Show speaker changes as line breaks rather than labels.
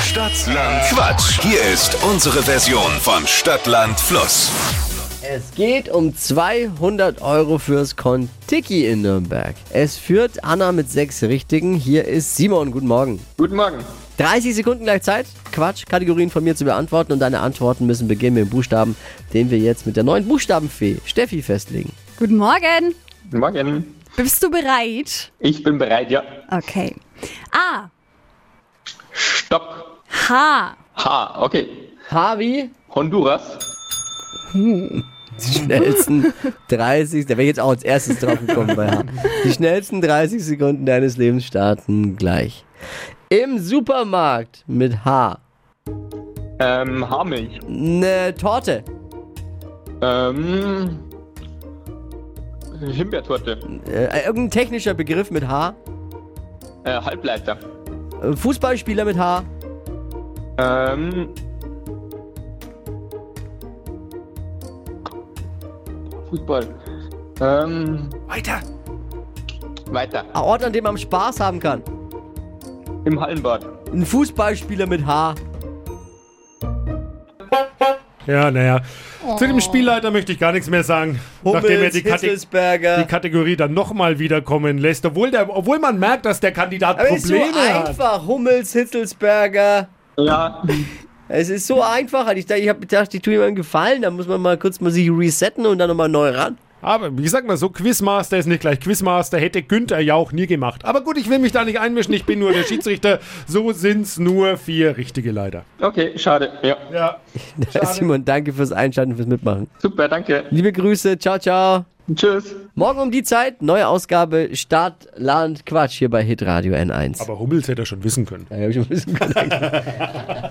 Stadtland Quatsch. Hier ist unsere Version von Stadtland Fluss.
Es geht um 200 Euro fürs Kontiki in Nürnberg. Es führt Anna mit sechs Richtigen. Hier ist Simon. Guten Morgen.
Guten Morgen.
30 Sekunden gleich Zeit, Quatsch-Kategorien von mir zu beantworten. Und deine Antworten müssen beginnen mit dem Buchstaben, den wir jetzt mit der neuen Buchstabenfee Steffi festlegen.
Guten Morgen.
Guten Morgen.
Bist du bereit?
Ich bin bereit, ja.
Okay. A.
Stopp.
H.
Ha, okay.
Harvey,
Honduras.
die schnellsten 30, da wäre ich jetzt auch als erstes drauf gekommen bei H. Die schnellsten 30 Sekunden deines Lebens starten gleich. Im Supermarkt mit H.
Ähm, Haarmilch.
Eine Torte.
Ähm, Himbeertorte.
Äh, irgendein technischer Begriff mit H.
Äh, Halbleiter.
Äh, Fußballspieler mit H.
Ähm, Fußball. Ähm,
Weiter.
weiter.
Ein Ort, an dem man Spaß haben kann.
Im Hallenbad.
Ein Fußballspieler mit H.
Ja, naja. Zu dem Spielleiter möchte ich gar nichts mehr sagen. nachdem er die, Kate die
Hitzelsberger.
Kategorie dann nochmal wiederkommen lässt, obwohl, der, obwohl man merkt, dass der Kandidat
Aber es ist so
Probleme hat.
einfach. Hummels, Hitzelsberger.
Ja,
Es ist so einfach. Ich, dachte- ich habe gedacht, ich tue jemandem Gefallen. Da muss man mal kurz mal sich resetten und dann nochmal neu ran.
Aber wie sagt man so, Quizmaster ist nicht gleich Quizmaster, hätte Günther Jauch nie gemacht. Aber gut, ich will mich da nicht einmischen, ich bin nur der Schiedsrichter. So sind's nur vier richtige leider.
okay, schade. Ja,
Ja.
Simon, danke fürs Einschalten, fürs Mitmachen.
super, danke.
Liebe Grüße. Ciao, ciao.
Tschüss.
Morgen um die Zeit, neue Ausgabe Stadt, Land, Quatsch hier bei Hitradio N1.
Aber Hummels hätte er schon wissen können.
da hab ich schon ein bisschen